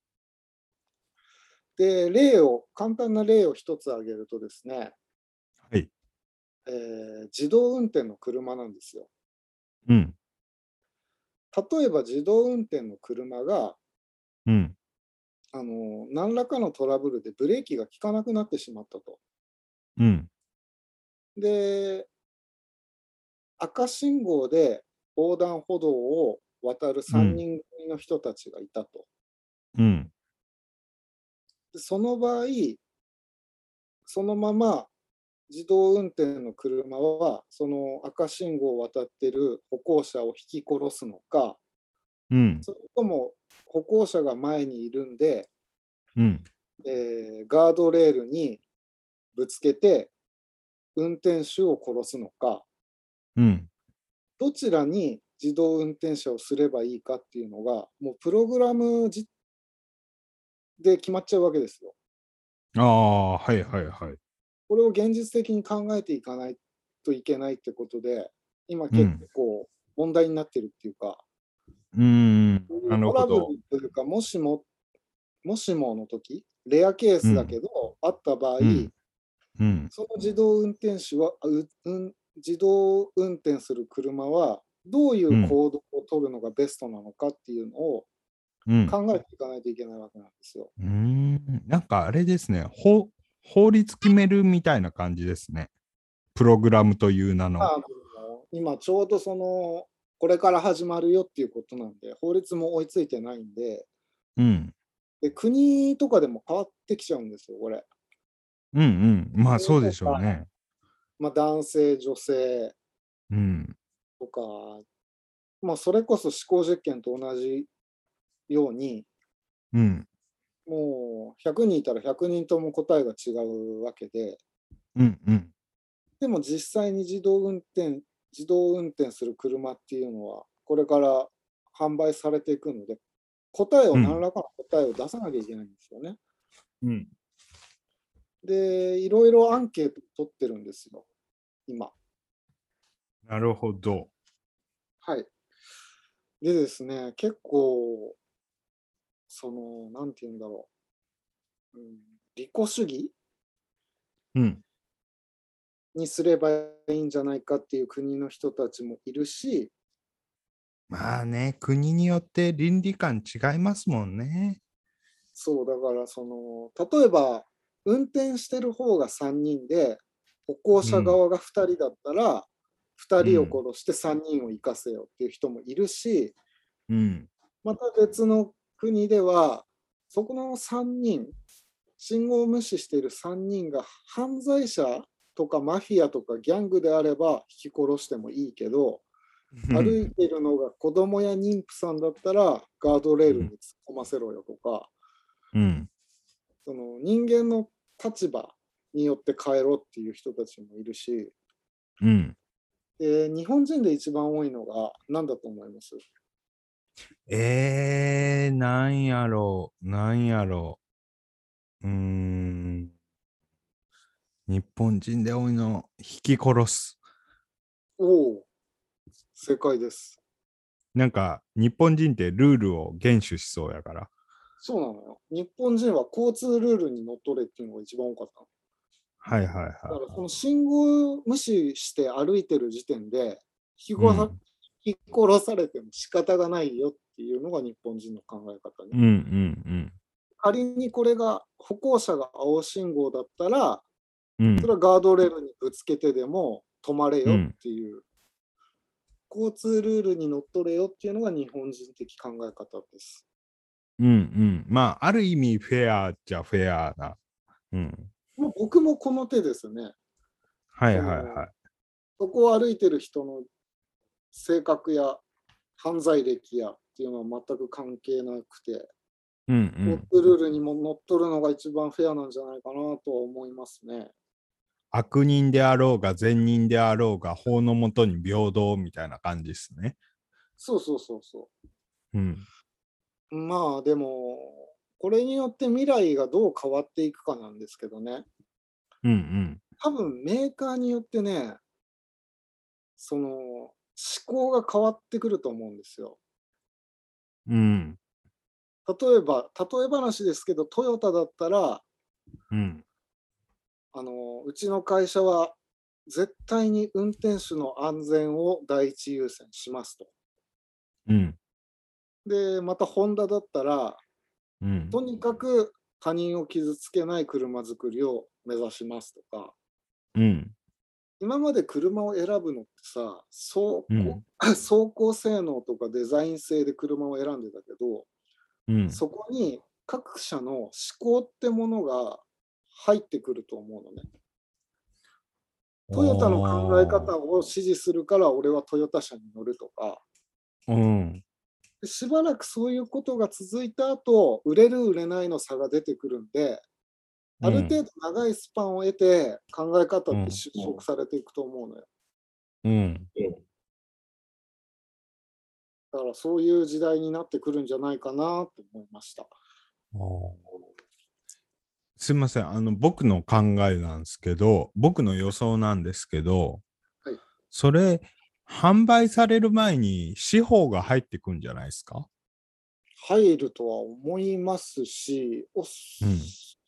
A: で例を簡単な例を一つ挙げるとですね、
B: はい
A: えー自動運転の車なんですよ。
B: うん。
A: 例えば自動運転の車が、
B: うん。
A: あのー何らかのトラブルでブレーキが効かなくなってしまったと。
B: うん。
A: で、赤信号で横断歩道を渡る3人組の人たちがいたと。
B: うん。
A: でその場合、そのまま自動運転の車は、その赤信号を渡ってる歩行者を引き殺すのか、
B: うん。
A: それとも歩行者が前にいるんで、
B: うん。
A: えーガードレールにぶつけて運転手を殺すのか、
B: うん。
A: どちらに自動運転車をすればいいかっていうのが、もうプログラムじで決まっちゃうわけですよ。
B: ああ、はいはいはい。
A: これを現実的に考えていかないといけないってことで、今結構問題になってるっていうか、
B: うーん。なる
A: ト
B: ほ
A: ラブル
B: ど。
A: というか、もしももしもの時レアケースだけど、あった場合、
B: うんうん。
A: その自動運転手はあう、うん、自動運転する車はどういう行動を取るのがベストなのかっていうのを
B: うん。
A: 考えていかないといけないわけなんですよ。
B: うーんなんかあれですね法、法律決めるみたいな感じですね。プログラムという名の。
A: まああの今ちょうどそのこれから始まるよっていうことなんで法律も追いついてないんで
B: うん。
A: で国とかでも変わってきちゃうんですよこれ。
B: うんうん。まあそうでしょうね。
A: まあ、男性女性
B: うん。
A: とか、まあ、それこそ思考実験と同じように
B: うん。
A: もう100人いたら100人とも答えが違うわけで
B: うんうん。
A: でも実際に自動運転自動運転する車っていうのはこれから販売されていくので答えを
B: うん
A: 何らかの答えを出さなきゃいけないんですよね。
B: うん。
A: でいろいろアンケート取ってるんですよ今。
B: なるほど。
A: はい。でですね、結構、その、なんて言うんだろう、うん、利己主義
B: うん。
A: にすればいいんじゃないかっていう国の人たちもいるし、
B: まあね、国によって倫理観違いますもんね。
A: そう、だから、その、例えば、運転してる方が3人で、歩行者側が2人だったら、2人を殺して3人を生かせよっていう人もいるし、
B: うん。
A: また別の国ではそこの3人信号を無視している3人が犯罪者とかマフィアとかギャングであれば引き殺してもいいけど歩いているのが子供や妊婦さんだったらガードレールに突っ込ませろよとか
B: うん。
A: その人間の立場によって変えろっていう人たちもいるし
B: うん。
A: で日本人で一番多いのが何だと思います
B: えー、なんやろう、なんやろう。うーん。日本人で多いの、引き殺す。
A: おお正解です
B: なんか、日本人ってルールを厳守しそうやから。
A: そうなのよ。日本人は交通ルールにのっとれっていうのが一番多かったの。
B: はいはいは
A: だ
B: い
A: からこ
B: は
A: の信号を無視して歩いてる時点で引き殺,、
B: うん
A: 引き殺されても仕方がないよっていうのが日本人の考え方ね。
B: い。うんうん
A: 仮にこれが歩行者が青信号だったら、
B: うん。うん
A: それはガードレールにぶつけてでも止まれよっていう、交通ルールにのっとれよっていうのが日本人的考え方です。
B: うんうん。まあ、ある意味、フェアじゃフェアな。うん。
A: もう僕もこの手ですね。
B: はいはいはい。
A: そこを歩いてる人の性格や犯罪歴やっていうのは全く関係なくて、
B: うんう
A: 交
B: ん。
A: 通ルールにも乗っ取るのが一番フェアなんじゃないかなとは思いますね。
B: 悪人であろうが善人であろうが法のもとに平等みたいな感じですね。
A: そうそうそうそ
B: うん。
A: う。まあでも、これによって未来がどう変わっていくかなんですけどね、
B: うんうん。
A: 多分メーカーによってね、その思考が変わってくると思うんですよ。
B: うん。
A: 例えば、例え話ですけど、トヨタだったら、
B: うん。
A: あのうちの会社は絶対に運転手の安全を第一優先しますと。
B: うん。
A: で、またホンダだったら、
B: うん。
A: とにかく他人を傷つけない車作りを目指しますとか、
B: うん。
A: 今まで車を選ぶのってさ、走行,、
B: うん。
A: 走行性能とかデザイン性で車を選んでたけど、
B: うん。
A: そこに各社の思考ってものが入ってくると思うのね。トヨタの考え方を支持するから俺はトヨタ車に乗るとか、
B: うん。
A: でしばらくそういうことが続いた後、売れる売れないの差が出てくるんで、ある程度長いスパンを得て考え方って収束されていくと思うのよ。
B: うん。
A: だからそういう時代になってくるんじゃないかなと思いました。
B: すいません。あの、僕の考えなんですけど、僕の予想なんですけど、
A: はい
B: それ、販売される前に司法が入ってくんじゃないですか
A: 入るとは思いますし、お
B: うん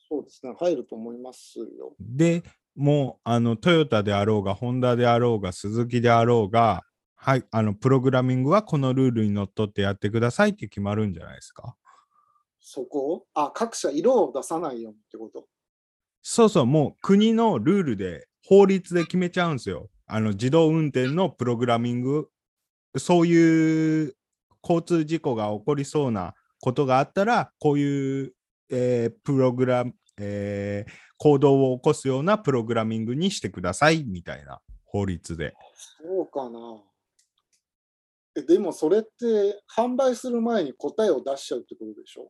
A: そうですね、入ると思いますよ。
B: でもうあのトヨタであろうがホンダであろうがスズキであろうが、はい、あのプログラミングはこのルールにのっとってやってくださいって決まるんじゃないですか
A: そこあ、各社色を出さないようにってこと。
B: そうそうもう国のルールで法律で決めちゃうんですよあの自動運転のプログラミングそういう交通事故が起こりそうなことがあったらこういう、えープログラム、えー行動を起こすようなプログラミングにしてくださいみたいな法律で。
A: そうかな。えでもそれって販売する前に答えを出しちゃうってことでしょ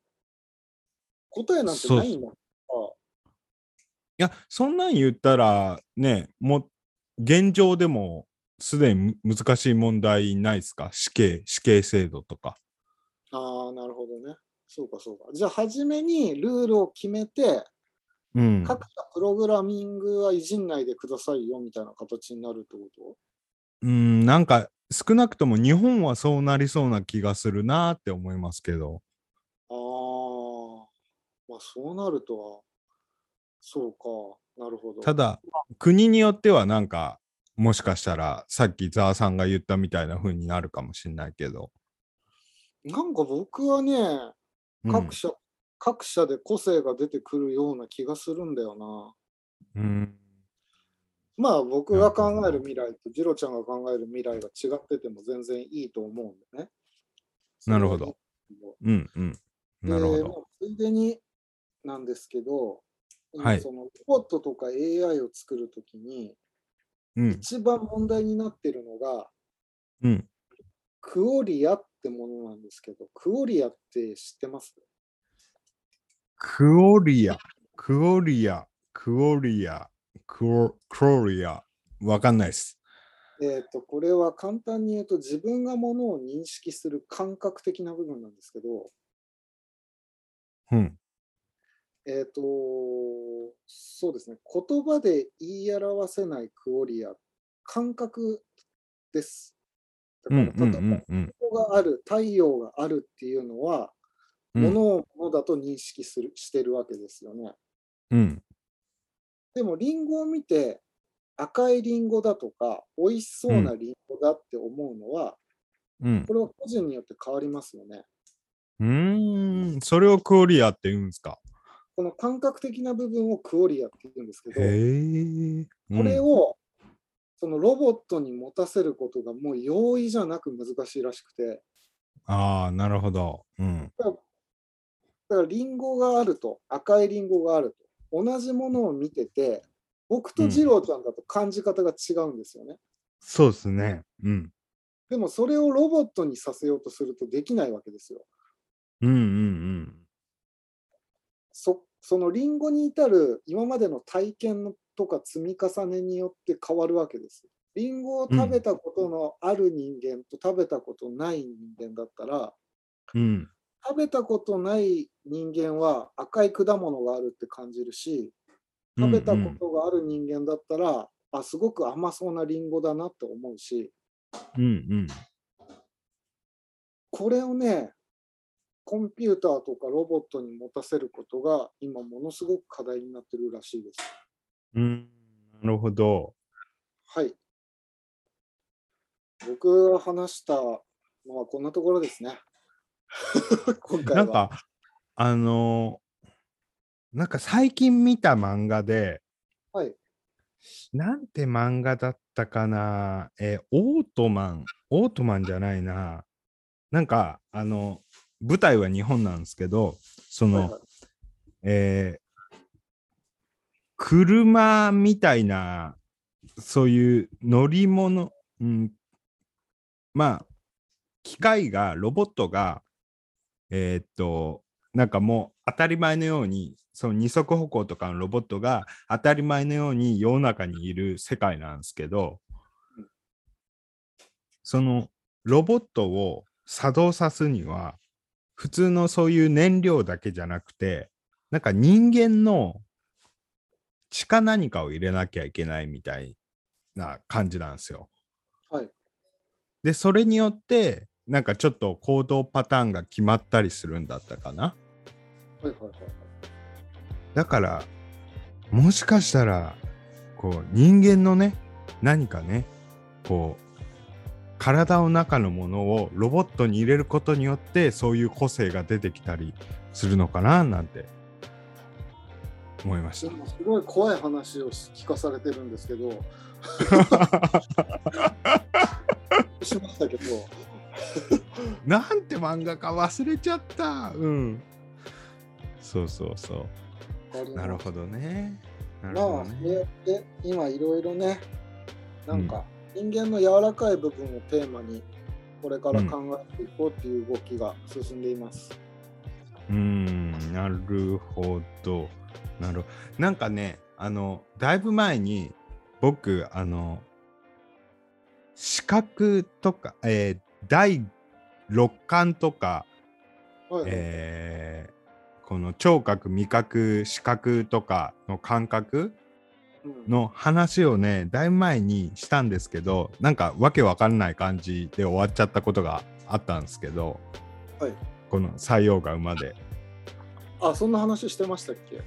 A: 答えなんてないんだ。
B: いや、そんなん言ったら、ね、もう、現状でも、すでにむ難しい問題ないですか死刑、死刑制度とか。
A: ああ、なるほどね。そうかそうか。じゃあ初めにルールを決めて、
B: うん。
A: 各社プログラミングはいじんないでくださいよみたいな形になるってこ
B: うん、なんか、少なくとも日本はそうなりそうな気がするなーって思いますけど。
A: とああ、まあそうなるとは、そうか、なるほど。
B: ただ、国によってはなんか、もしかしたら、さっきザーさんが言ったみたいな風になるかもしれないけど。
A: なんか僕はね、
B: うん
A: 各社、各社で個性が出てくるような気がするんだよな。
B: うん。
A: まあ僕が考える未来とジロちゃんが考える未来が違ってても全然いいと思うんでね。
B: なるほどうん、うん。
A: で。
B: なるほ
A: まあ
B: ど。
A: ついでになんですけど、今
B: はい
A: そのロボットとか AI を作るときに
B: うん、
A: 一番問題になってるのが
B: うん。
A: クオリアってものなんですけど、クオリアって知ってます
B: クオリア、クオリア、クオリア、クオクロリア、わかんないです。
A: えー、とこれは簡単に言うと自分がものを認識する感覚的な部分なんですけど、
B: うん。
A: えー、とそうですね言葉で言い表せないクオリア感覚です。だ
B: う
A: から
B: ん
A: 例
B: うんう
A: えば
B: んうん。
A: ここがある太陽があるっていうのは、
B: うん
A: ものをものだと認識するしてるわけですよね。
B: うん
A: でもリンゴを見て赤いリンゴだとか美味しそうなリンゴだって思うのは、
B: うん。
A: これは個人によって変わりますよね。
B: うーん。それをクオリアって言うんですか。
A: この感覚的な部分をクオリアって言うんですけ
B: へ
A: ど、
B: え。
A: これ
B: を。
A: をそのロボットに持たせることがもう容易じゃなく難しいらしくて、
B: ああ、なるほど。うん。
A: だからリンゴがあると、赤いリンゴがあると、同じものを見てて、僕と二郎ちゃんだと感じ方が違うんですよね。
B: そうですね。うん。
A: でもそれをロボットにさせようとするとできないわけですよ。
B: うんうん
A: そそのリンゴに至る今までの体験とか積み重ねによって変わるわけです。リンゴを食べたことのある人間と食べたことない人間だったら、
B: うん。うん。
A: 食べたことない人間は赤い果物があるって感じるし、食べた
B: うんう
A: こ
B: ん
A: とがある人間だったら、あすごく甘そうなリンゴだなって思うし、
B: うんうん。
A: これをね、コンピューターとかロボットに持たせることが今ものすごく課題になってるらしいです。
B: うん。なるほど。
A: はい。僕が話したのはこんなところですね。 今回は。
B: なんか、あのーなんか最近見た漫画で、
A: はい
B: なんて漫画だったかな、えーオートマン、オートマンじゃないな、なんか、あの、舞台は日本なんですけど、その、
A: はいはい
B: えー車みたいな、そういう乗り物、うん、まあ、機械が、ロボットが、えーっと、なんかもう当たり前のように、その二足歩行とかのロボットが当たり前のように世の中にいる世界なんですけど
A: うん、
B: そのロボットを作動さすには、普通のそういう燃料だけじゃなくて、なんか人間の血か何かを入れなきゃいけないみたいな感じなんですよ。
A: はい
B: で、それによって、なんかちょっと行動パターンが決まったりするんだったかな。
A: はいはいはいはい。
B: だからもしかしたらこう人間のね何かねこう体の中のものをロボットに入れることによってそういう個性が出てきたりするのかななんて思いまし
A: でもすごい怖い話を聞かされてるんですけ ど、
B: た。
A: しましたけど、
B: なんて漫画か忘れちゃった。うん。そうそうそ
A: あれ
B: う。なるほどね。なる
A: ま
B: ほど
A: あ、
B: ね。
A: そうやって今いろいろね、なんか人間の柔らかい部分をテーマに、これから考えていこうっていう動きが進んでいます。
B: うーんなるほど。なるなんかね、あの、だいぶ前に、僕、あの、視覚とか、えー第六感とか、
A: はいはい、
B: えーこの聴覚、味覚、視覚とかの感覚
A: うん
B: の話をね、だいぶ前にしたんですけど、なんかわけわかんない感じで終わっちゃったことがあったんですけど、
A: はい
B: この採用が馬で。
A: あ、そんな話してましたっ け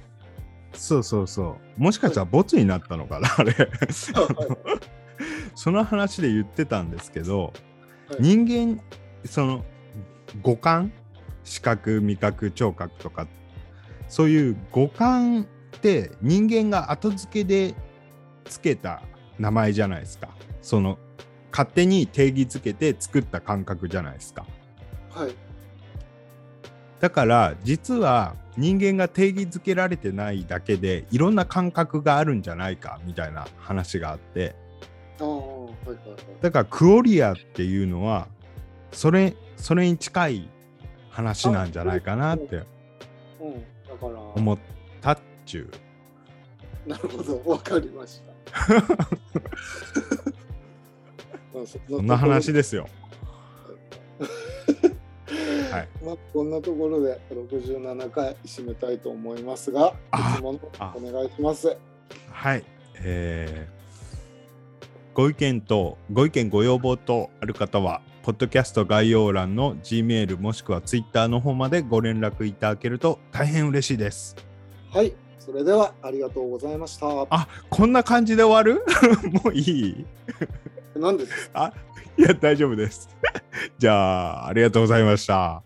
B: そうそうそう。もしかしたらボツになったのかな、あれ。
A: あはいはい
B: その話で言ってたんですけど、
A: はい
B: 人間、その五感、視覚、味覚、聴覚とか、そういう五感って人間が後付けでつけた名前じゃないですか。その勝手に定義づけて作った感覚じゃないですか。
A: はい。
B: だから実は人間が定義づけられてないだけでいろんな感覚があるんじゃないかみたいな話があって
A: ああ、はいはいはい。
B: だからクオリアっていうのはそれそれに近い話なんじゃないかなって
A: うん、だから、
B: 思ったっちゅう
A: なるほど、わかりました。 まあそ
B: そんな話
A: で。
B: ですよ。はい、
A: まあ、こんなところで67回締めたいと思いますが、
B: あ
A: いつものお願いします。
B: はい、えーご意見とご意見ご要望等ある方はポッドキャスト概要欄の G メールもしくは Twitter の方までご連絡いただけると大変嬉しいです
A: はい、それではありがとうございました。
B: あこんな感じで終わる もういい
A: 何ですか
B: いや大丈夫ですじゃあありがとうございました